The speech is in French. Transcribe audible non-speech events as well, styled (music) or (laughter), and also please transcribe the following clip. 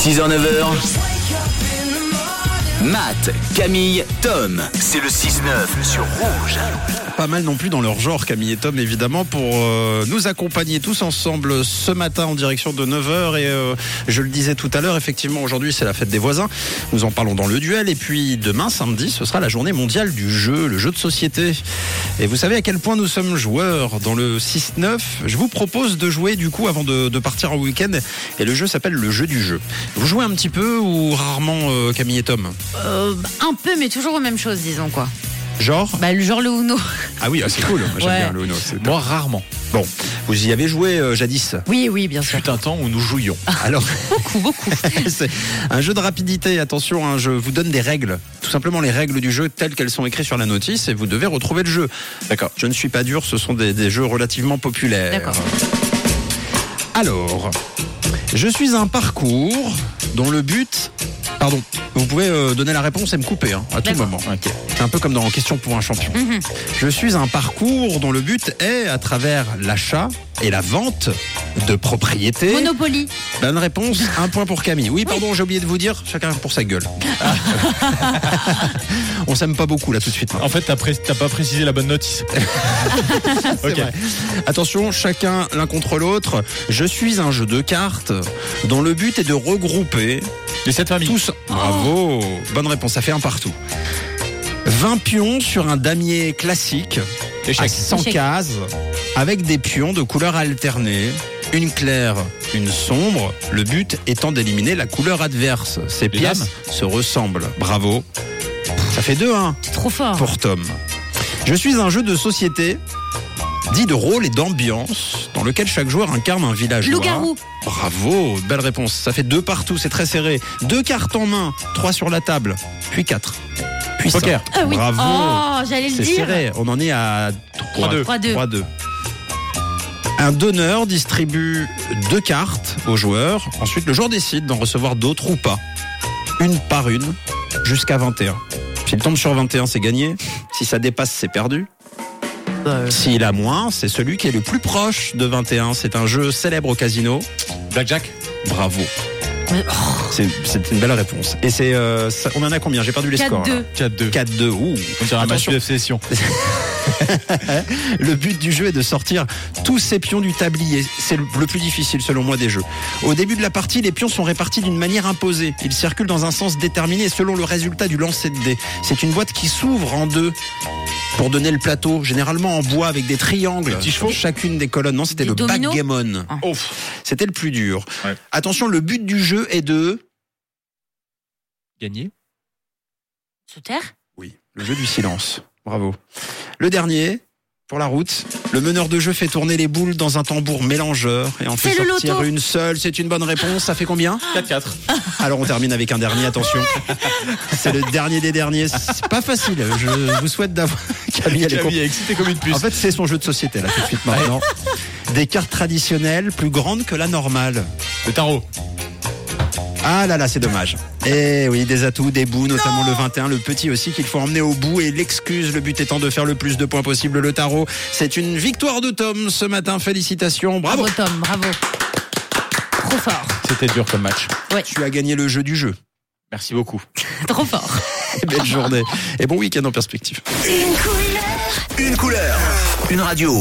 6h-9h. Matt, Camille, Tom, c'est le 6-9 sur Rouge. Pas mal non plus dans leur genre, Camille et Tom, évidemment, pour euh, nous accompagner tous ensemble ce matin en direction de 9h. Et euh, je le disais tout à l'heure, effectivement, aujourd'hui, c'est la fête des voisins. Nous en parlons dans le duel. Et puis demain, samedi, ce sera la journée mondiale du jeu, le jeu de société. Et vous savez à quel point nous sommes joueurs dans le 6-9. Je vous propose de jouer, du coup, avant de, de partir en week-end. Et le jeu s'appelle le jeu du jeu. Vous jouez un petit peu ou rarement, euh, Camille et Tom Euh, bah, un peu, mais toujours aux mêmes choses, disons quoi. Genre Bah, le genre le Uno. Ah oui, ah, c'est cool. J'aime Ouais. bien le Uno, c'est- Moi, rarement. Bon, vous y avez joué euh, jadis. Oui, oui, bien sûr. Fut un temps où nous jouions. Alors, Beaucoup, beaucoup. (laughs) c'est un jeu de rapidité. Attention, hein, je vous donne des règles. Tout simplement les règles du jeu telles qu'elles sont écrites sur la notice et vous devez retrouver le jeu. D'accord. Je ne suis pas dur, ce sont des, des jeux relativement populaires. D'accord. Alors, je suis un parcours dont le but. Pardon, vous pouvez euh, donner la réponse et me couper hein, à tout D'accord. Mhm. moment. C'est un peu comme dans Question pour un champion. Je suis un parcours dont le but est, à travers l'achat et la vente de propriétés. Monopoly. Bonne réponse, un point pour Camille. Oui, pardon, j'ai oublié de vous dire, chacun pour sa gueule. Ah. (laughs) On s'aime pas beaucoup là tout de suite. hein. En fait, t'as pré- t'as pas précisé la bonne notice. (laughs) C'est ok. vrai. Attention, chacun l'un contre l'autre. Je suis un jeu de cartes dont le but est de regrouper Les 7 familles. tous. Bravo, bonne réponse, ça fait un partout. 20 pions sur un damier classique à Échec. 100 Échec. cases avec des pions de couleurs alternées. Une claire, une sombre, le but étant d'éliminer la couleur adverse. Ces Les pièces dames. se ressemblent. Bravo. Ça fait 2-1 C'est trop fort. pour Tom. Je suis un jeu de société dit de rôle et d'ambiance dans lequel chaque joueur incarne un village. Loup-garou. Bravo, belle réponse. Ça fait deux partout, c'est très serré. Deux cartes en main, trois sur la table, puis quatre. Puis cinq. Poker. Ah oui. Bravo. Oh, j'allais le C'est dire. serré, on en est à 3-2. 3-2. 3-2. Un donneur distribue deux cartes au joueur. Ensuite, le joueur décide d'en recevoir d'autres ou pas. Une par une, jusqu'à 21. S'il tombe sur 21, c'est gagné. Si ça dépasse, c'est perdu. S'il a moins, c'est celui qui est le plus proche de 21. C'est un jeu célèbre au casino. ah, Blackjack. Bravo. Mais- oh, C'est c'est une belle réponse. Et c'est. euh, ça- on en a combien J'ai perdu les scores. 4-2. là. 4-2. 4-2. Ouh. On dirait un match Attention. de session. Le but du jeu est de sortir tous ces pions du tablier. C'est le le plus difficile selon moi des jeux. Au début de la partie, les pions sont répartis d'une manière imposée. Ils circulent dans un sens déterminé selon le résultat du lancer de dés. C'est une boîte qui s'ouvre en deux pour donner le plateau, généralement en bois avec des triangles petits sur chevaux chacune des colonnes. Non, c'était Des le dominos backgammon. Ah. C'était le plus dur. Ouais. Attention, le but du jeu est de... Gagné. Sous terre Oui, le jeu du silence. Bravo. Le dernier, pour la route, le meneur de jeu fait tourner les boules dans un tambour mélangeur et en fait C'est le sortir loto. une seule. C'est une bonne réponse. Ça fait combien 4-4. Alors on termine avec un dernier, attention. C'est le dernier des derniers. C'est pas facile. Je vous souhaite d'avoir. (laughs) Camille, elle est Camille est excitée comme une puce. en fait, c'est son jeu de société, là, tout de suite maintenant. Des cartes traditionnelles plus grandes que la normale. Le tarot. Ah là là, c'est dommage. Eh oui, des atouts, des bouts, notamment le 21, le petit aussi qu'il faut emmener au bout. Et l'excuse, le but étant de faire le plus de points possible le tarot. C'est une victoire de Tom ce matin. Félicitations, bravo. Bravo, Tom. Bravo. Trop fort. C'était dur comme match. Tu as gagné le jeu du jeu. Merci beaucoup. (laughs) Trop fort. Belle journée et bon week-end en perspective. Une couleur, une radio.